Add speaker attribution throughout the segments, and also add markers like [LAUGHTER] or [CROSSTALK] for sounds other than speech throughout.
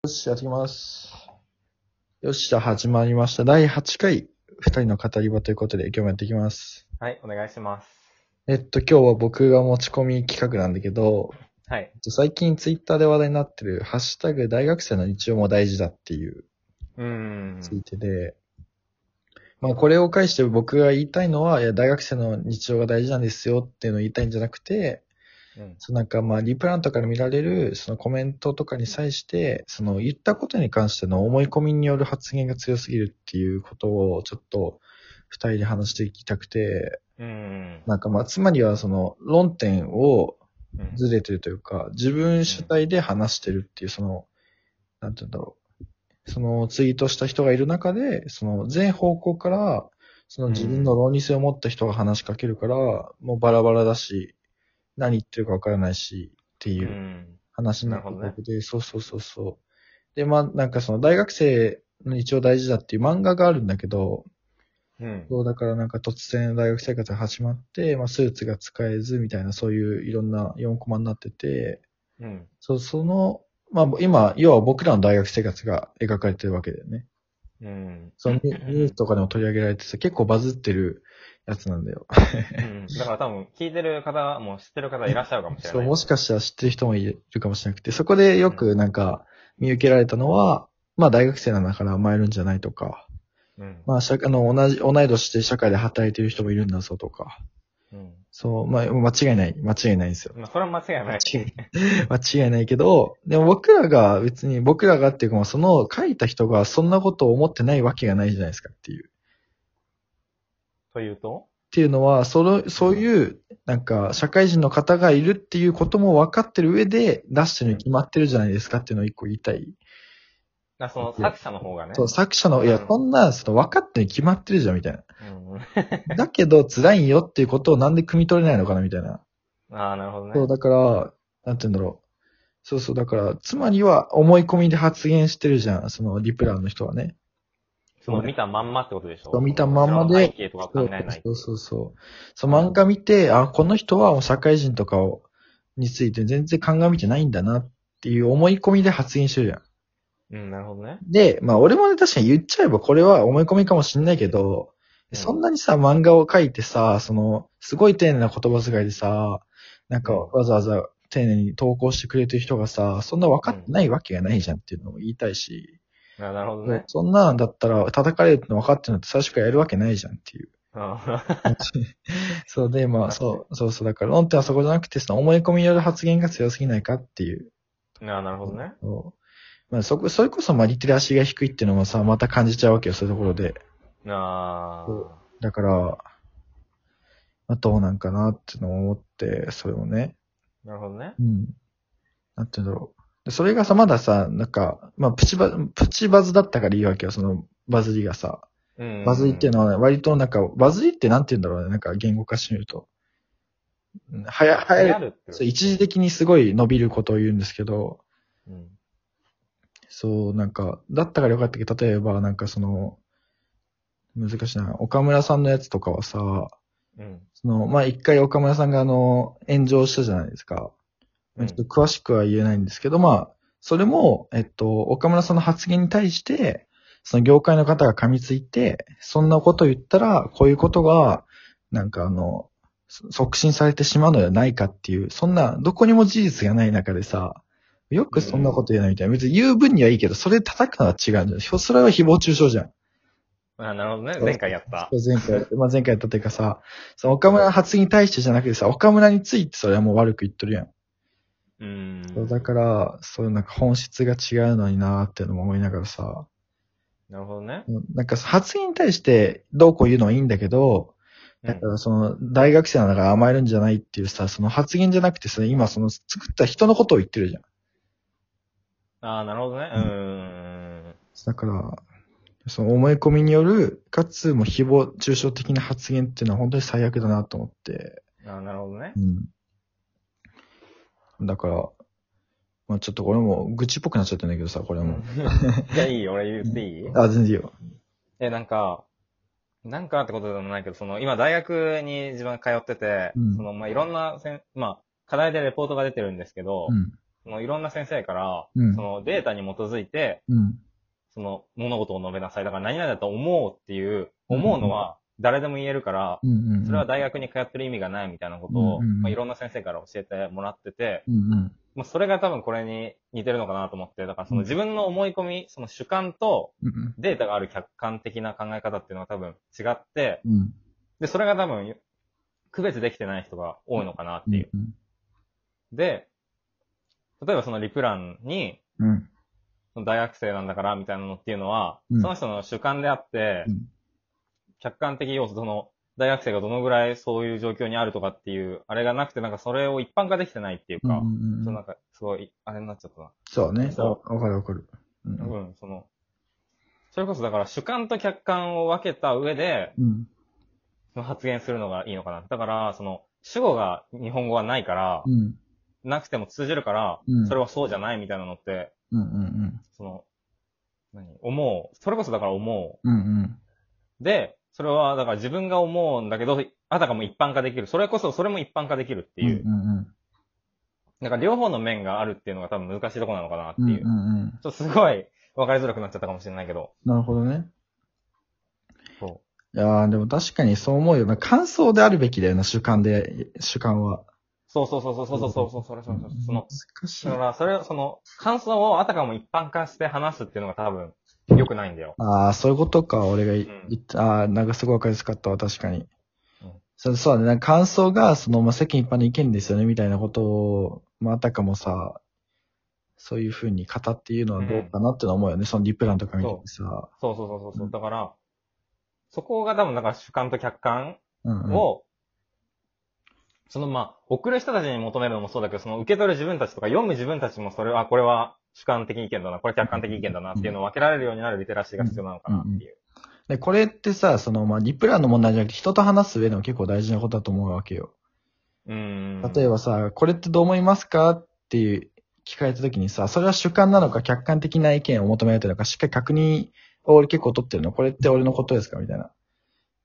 Speaker 1: よし、やってきます。よし、じゃあ始まりました。第8回、二人の語り場ということで、今日もやっていきます。
Speaker 2: はい、お願いします。
Speaker 1: えっと、今日は僕が持ち込み企画なんだけど、
Speaker 2: はい
Speaker 1: え。っと最近ツイッターで話題になってる、ハッシュタグ大学生の日常も大事だっていう
Speaker 2: うーん。
Speaker 1: ついてで、まあこれを介して僕が言いたいのは、いや、大学生の日常が大事なんですよっていうのを言いたいんじゃなくて、
Speaker 2: うん。
Speaker 1: そうなんかまあ、リプランとかで見られる、そのコメントとかに際して、その言ったことに関しての思い込みによる発言が強すぎるっていうことを、ちょっと、二人で話していきたくて、
Speaker 2: うーん。
Speaker 1: なんかまあ、つまりはその、論点を
Speaker 2: うん。
Speaker 1: ずれてるというか、自分主体で話してるっていう、その、なんて言うんだろう。そのツイートした人がいる中で、その全方向から、その自分の論理性を持った人が話しかけるから、もうバラバラだし、何言ってるかわからないし、っていううん話になって
Speaker 2: なるほ
Speaker 1: くで、そうそうそうそう。で、まあ、なんかその大学生の一応大事だっていう漫画があるんだけど、
Speaker 2: うん。
Speaker 1: そうだからなんか突然大学生活が始まって、まあ、スーツが使えずみたいなそういういろんな4コマになってて、
Speaker 2: うん。
Speaker 1: そう、その、まあ今、要は僕らの大学生活が描かれてるわけだよね。
Speaker 2: うん。
Speaker 1: そのニュニュースとかでも取り上げられてて結構バズってるやつなんだよ。
Speaker 2: うんだから多分、聞いてる方も知ってる方いらっしゃるかもしれない。
Speaker 1: そう、もしかしたら知ってる人もいるかもしれなくて、そこでよくなんか見受けられたのは、まあ大学生なんだから甘えるんじゃないとか、
Speaker 2: うん。
Speaker 1: まあ社あの、同じ、同い年で社会で働いてる人もいるんだぞとか、
Speaker 2: うん。
Speaker 1: そう、まあ間違いない、間違いないんですよ。
Speaker 2: まあ、それは間違いない。
Speaker 1: [LAUGHS] 間違いないけど、でも僕らが別に、僕らがっていうか、まあその書いた人がそんなことを思ってないわけがないじゃないですかっていう。っ
Speaker 2: というと
Speaker 1: ていうのは、その、そういう、なんか、社会人の方がいるっていうことも分かってる上で、出してるに決まってるじゃないですかっていうのを一個言いたい。
Speaker 2: あその作者の方がね。
Speaker 1: そう、作者の、いや、
Speaker 2: うん
Speaker 1: こんな、その分かってるに決まってるじゃん、みたいな。
Speaker 2: うん。
Speaker 1: だけど、辛いよっていうことをなんで汲み取れないのかな、みたいな。
Speaker 2: ああ、なるほどね。
Speaker 1: そう、だから、なんて言うんだろう。そうそう、だから、つまりは思い込みで発言してるじゃん、そのリプランの人はね。
Speaker 2: その見たまんまってことでし
Speaker 1: そ
Speaker 2: ょ
Speaker 1: う見たまんまで
Speaker 2: 背景とか考えない。
Speaker 1: そうそうそう。そう、漫画見て、あ、この人はもう社会人とかを、について全然考え見てないんだなっていう思い込みで発言してるじゃん。
Speaker 2: うん、なるほどね。
Speaker 1: で、まあ俺もね、確かに言っちゃえばこれは思い込みかもしんないけど、
Speaker 2: うん
Speaker 1: そんなにさ、漫画を書いてさ、その、すごい丁寧な言葉遣いでさ、なんか
Speaker 2: うん
Speaker 1: わざわざ丁寧に投稿してくれてる人がさ、そんな分かってないわけがないじゃんっていうのも言いたいし、
Speaker 2: あなるほどね。
Speaker 1: そんなんだったら叩かれるっての分かってるのって最初からやるわけないじゃんっていう。
Speaker 2: う
Speaker 1: そうで、まあ、
Speaker 2: 確かに
Speaker 1: そう、そうそう、だから論点はそこじゃなくて、その思い込みによる発言が強すぎないかっていう。
Speaker 2: んあなるほどね。
Speaker 1: そうまあ、そこ、それこそ、まあ、リテラシーが低いっていうのもさ、また感じちゃうわけよ、そういうところで。
Speaker 2: あ
Speaker 1: そうだから、まあ、どうなんかなっていうのを思って、それをね、
Speaker 2: あ。なるほどね。
Speaker 1: うん。なんていうんだろう。でそれがさ、まださ、なんか、まあ、プチバ、プチバズだったからいいわけよ、そのバズりがさ。
Speaker 2: うん。
Speaker 1: バズりっていう
Speaker 2: の
Speaker 1: のはね、割となんか、バズりってなんて言うんだろうね、なんか言語化してみると。うんはや、はやる。
Speaker 2: るって
Speaker 1: そう一時的にすごい伸びることを言うんですけど、
Speaker 2: うん。
Speaker 1: そう、なんか、だったからよかったけど、例えばなんかその、難しいな、岡村さんのやつとかはさ、
Speaker 2: うん。
Speaker 1: その、まあ、一回岡村さんがあの、炎上したじゃないですか。まあちょっと詳しくは言えないんですけど、まあ、それも、えっと、岡村さんの発言に対して、その業界の方が噛みついて、そんなこと言ったら、こういうことが、なんかあの、そ促進されてしまうのではないかっていう、そんな、どこにも事実がない中でさ、よくそんなこと言えないみたいな。別に言う分にはいいけど、それ叩くのは違うんじゃん。ひょそれは誹謗中傷じゃん。
Speaker 2: あ、なるほどね。前回やった。
Speaker 1: 前回やった、まあ、前回やったというかさ、その岡村の発言に対してじゃなくてさ、岡村についてそれはもう悪く言っとるやん。
Speaker 2: うん。
Speaker 1: そうだから、そういうなんか本質が違うのになーっていうのも思いながらさ、
Speaker 2: なるほどね。
Speaker 1: うんなんか発言に対してどうこう言うのはいいんだけど、
Speaker 2: うん
Speaker 1: だからその大学生なんだから甘えるんじゃないっていうさ、その発言じゃなくてさ、今その作った人のことを言ってるじゃん。
Speaker 2: ああ、なるほどね。うーん。
Speaker 1: だから、その思い込みによる、かつもう誹謗中傷的な発言っていうのは本当に最悪だなと思って、
Speaker 2: ああ、なるほどね
Speaker 1: う。ん。だから、まあちょっとこれも愚痴っぽくなっちゃったんだけどさ、これも。
Speaker 2: じ [LAUGHS] ゃあいい俺言っていい
Speaker 1: あ、全然いいよ。
Speaker 2: え、なんか、なんかってことでもないけど、その、今大学に自分が通ってて、
Speaker 1: うん
Speaker 2: その、まあ、いろんなせん、まあ、課題でレポートが出てるんですけど、
Speaker 1: うん。
Speaker 2: そのいろんな先生から、
Speaker 1: うん
Speaker 2: そのデータに基づいて、
Speaker 1: うん。
Speaker 2: その物事を述べなさい。だから何々だと思うっていう、
Speaker 1: うん
Speaker 2: 思うのは誰でも言えるから、
Speaker 1: うんうん。
Speaker 2: それは大学に通ってる意味がないみたいなことを、
Speaker 1: うんうんうん
Speaker 2: まあ、いろんな先生から教えてもらってて、
Speaker 1: うんうん。
Speaker 2: まあ、それが多分これに似てるのかなと思って、だからその自分の思い込み、その主観と
Speaker 1: うんうん。
Speaker 2: データがある客観的な考え方っていうのは多分違って、
Speaker 1: うん。
Speaker 2: で、それが多分区別できてない人が多いのかなっていう。
Speaker 1: うん。
Speaker 2: で、例えばそのリプランに、
Speaker 1: うん。
Speaker 2: 大学生なんだからみたいなのっていうのは、
Speaker 1: うん
Speaker 2: その人の主観であって、
Speaker 1: うん
Speaker 2: 客観的要素、その、大学生がどのぐらいそういう状況にあるとかっていう、あれがなくて、なんかそれを一般化できてないっていうか、
Speaker 1: うん
Speaker 2: そうのなん
Speaker 1: ん
Speaker 2: か、すごい、あれになっちゃったな。
Speaker 1: そうね。わ
Speaker 2: そ
Speaker 1: かるわかる。うん
Speaker 2: 多分、その、それこそだから主観と客観を分けた上で、
Speaker 1: うん。
Speaker 2: その発言するのがいいのかな。だから、その、主語が日本語はないから
Speaker 1: う、ん。
Speaker 2: なくても通じるから
Speaker 1: うん、
Speaker 2: それはそうじゃないみたいなのって、
Speaker 1: うんうん
Speaker 2: その、何思う。それこそだから思
Speaker 1: う
Speaker 2: う。
Speaker 1: ん。うん
Speaker 2: で、それは、だから自分が思うんだけど、あたかも一般化できる。それこそ、それも一般化できるって
Speaker 1: うん。
Speaker 2: いう。
Speaker 1: うんうん
Speaker 2: なんか両方の面があるっていうのが多分難しいとこなのかなって
Speaker 1: うん。
Speaker 2: いう。
Speaker 1: う
Speaker 2: ちょ
Speaker 1: んうん。
Speaker 2: っとすごい分かりづらくなっちゃったかもしれないけど。
Speaker 1: なるほどね。
Speaker 2: そ
Speaker 1: いやーでも確かにそう思うよな。感想であるべきだよな、主観で、主観は。
Speaker 2: うそうそうそうそうそうそうそう、それそれそれその、
Speaker 1: 難しい
Speaker 2: だ。からそれ、その、感想をあたかも一般化して話すっていうのが多分良くないんだよ。
Speaker 1: ああ、そういうことか、俺がい
Speaker 2: うん
Speaker 1: 言った、ああ、なんかすごい分かりやすかったわ、確かに。
Speaker 2: うん
Speaker 1: そうそうだね、なんか感想が、その、まあ、世間一般の意見ですよね、みたいなことを、まあ、あたかもさ、そういうふうに語って言うのはどうかなってのは思うよね、そのリプランとか見ててさ。
Speaker 2: そうそうそうそうそうう。
Speaker 1: ん
Speaker 2: だから、そこが多分だから主観と客観
Speaker 1: うんうん、
Speaker 2: を、そのまあ、送る人たちに求めるのもそうだけど、その受け取る自分たちとか読む自分たちもそれは、あこれは主観的意見だな、これ客観的意見だなっていうのを分けられるようになるリテラシーが必要なのかなっていう。
Speaker 1: で、これってさ、その、まあ、リプランの問題じゃなくて、人と話す上でも結構大事なことだと思うわけよ。
Speaker 2: うん。
Speaker 1: 例えばさ、これってどう思いますかっていう聞かれた時にさ、それは主観なのか客観的な意見を求められてるのか、しっかり確認を俺結構取ってるの。これって俺のことですかみたいな。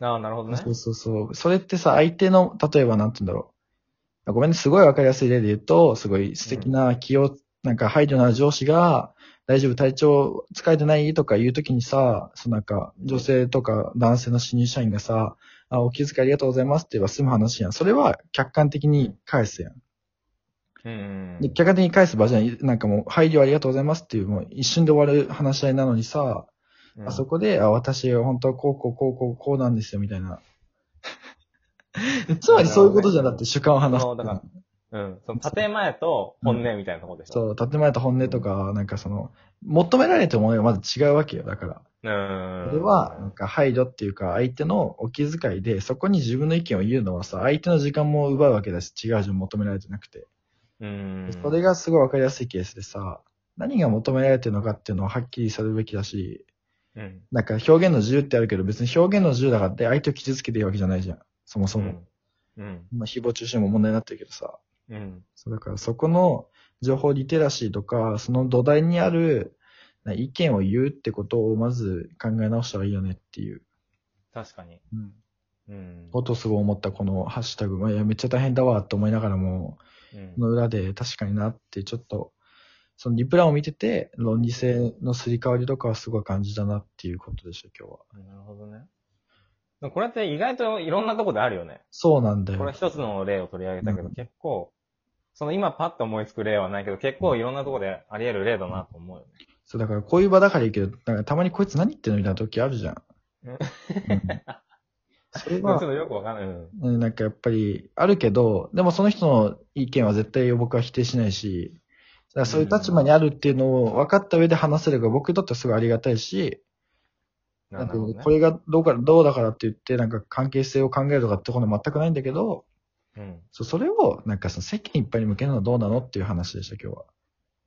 Speaker 2: ああ、なるほどね。
Speaker 1: そうそうそう。それってさ、相手の、例えばなんて言うんだろう。ごめんね、すごいわかりやすい例で言うと、すごい素敵な気を、なんか配慮のある上司が、大丈夫、体調疲れてないとか言うときにさ、そのなんか、女性とか男性の新入社員がさ、あ、お気遣いありがとうございますって言えば済む話やん。それは客観的に返すやん。
Speaker 2: うん
Speaker 1: で、客観的に返す場合じゃない、なんかもう、配慮ありがとうございますっていう、もう一瞬で終わる話し合いなのにさ、
Speaker 2: うん
Speaker 1: あそこで、あ、私、本当はこう、こう、こう、こう、こうなんですよ、みたい
Speaker 2: [LAUGHS]
Speaker 1: な。つまりそういうことじゃなくて、主観を話す
Speaker 2: そうだから。うん。その建前と本音みたいなところでしょ。
Speaker 1: そう、建前と本音とか、なんかその、求められてるものがまず違うわけよ。だから、
Speaker 2: うん。
Speaker 1: それは、なんか配慮っていうか、相手のお気遣いで、そこに自分の意見を言うのはさ、相手の時間も奪うわけだし、違うじゃん、求められてなくて。
Speaker 2: うん。
Speaker 1: それがすごいわかりやすいケースでさ、何が求められてるのかっていうのをはっきりされるべきだし、
Speaker 2: うん、
Speaker 1: なんか表現の自由ってあるけど、別に表現の自由だからって相手を傷つけていいわけじゃないじゃん。そもそも。
Speaker 2: うん。
Speaker 1: まあ、誹謗中傷も問題になってるけどさ。
Speaker 2: うん。うん。
Speaker 1: そうだからそこの情報リテラシーとか、その土台にあるな意見を言うってことをまず考え直したらいいよねっていう、
Speaker 2: 確かに。うん。
Speaker 1: ことをすごい思ったこのハッシュタグ。まあ、いや、めっちゃ大変だわって思いながらも、
Speaker 2: うん
Speaker 1: その裏で確かになってちょっと、そのリプランを見てて、論理性のすり替わりとかはすごい感じたなっていうことでした、今日は。
Speaker 2: なるほどね。でもこれって意外といろんなとこであるよね。
Speaker 1: そうなんだ
Speaker 2: これ
Speaker 1: よ。
Speaker 2: 一つの例を取り上げたけど、
Speaker 1: うん
Speaker 2: 結構、その今パッと思いつく例はないけど、結構いろんなとこであり得る例だなと思うよ
Speaker 1: そう、だからこういう場だからいいけど、なんかたまにこいつ何言ってんのみたいな時あるじゃん。
Speaker 2: うん
Speaker 1: うんそれ
Speaker 2: ね。ま
Speaker 1: は
Speaker 2: あ、ちょっとよくわかんない。うん。
Speaker 1: うん、なんかやっぱりあるけど、でもその人の意見は絶対僕は否定しないし、だからそういう立場にあるっていうのを分かった上で話せるが僕にとってはすごいありがたいし、
Speaker 2: な
Speaker 1: なん
Speaker 2: る
Speaker 1: か
Speaker 2: ほどね
Speaker 1: こ。れがどうかどうだからって言って、なんか関係性を考えるとかってことは全くないんだけど、
Speaker 2: うん。
Speaker 1: そうそれをなんかその世間いっぱいに向けるのはどうなのっていう話でした、今日は。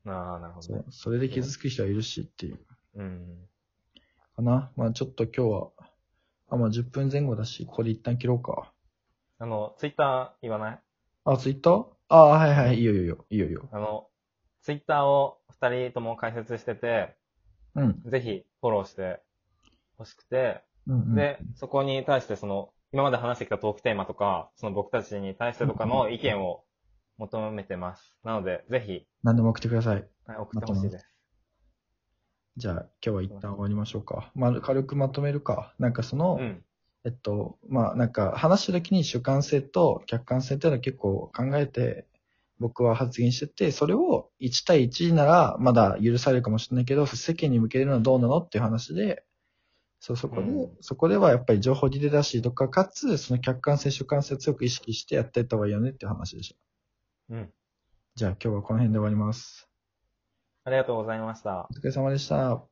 Speaker 2: ああ、なるほ
Speaker 1: そ
Speaker 2: どね
Speaker 1: う。それで傷つく人はいるしっていう。
Speaker 2: うん。
Speaker 1: かな。まあちょっと今日は、あ、まあ10分前後だし、ここで一旦切ろうか。
Speaker 2: あの、ツイッター言わない
Speaker 1: あ、ツイッターああ、はいはい、いいよいいよ、いいよいいよ。
Speaker 2: あの、ツイッターを二人とも解説してて、
Speaker 1: うん。
Speaker 2: ぜひフォローしてほしくて、
Speaker 1: うんうん、
Speaker 2: で、そこに対してその、今まで話してきたトークテーマとか、その僕たちに対してとかの意見を求めてます。なので、ぜひ、
Speaker 1: 何でも送ってください。
Speaker 2: はい送ってほしいです。
Speaker 1: じゃあ、今日は一旦終わりましょうか。まあ、軽くまとめるか。なんかその、
Speaker 2: うん。
Speaker 1: えっと、まあ、なんか話してる時に主観性と客観性っていうのは結構考えて、僕は発言してて、それを1対1ならまだ許されるかもしれないけど、世間に向けるのはどうなのっていう話で、そう、そこで、
Speaker 2: うん
Speaker 1: そこではやっぱり情報リテラシーとか、かつ、その客観性、主観性を強く意識してやっていった方がいいよねっていう話でした。
Speaker 2: うん。
Speaker 1: じゃあ今日はこの辺で終わります。
Speaker 2: ありがとうございました
Speaker 1: お。疲れ様でした。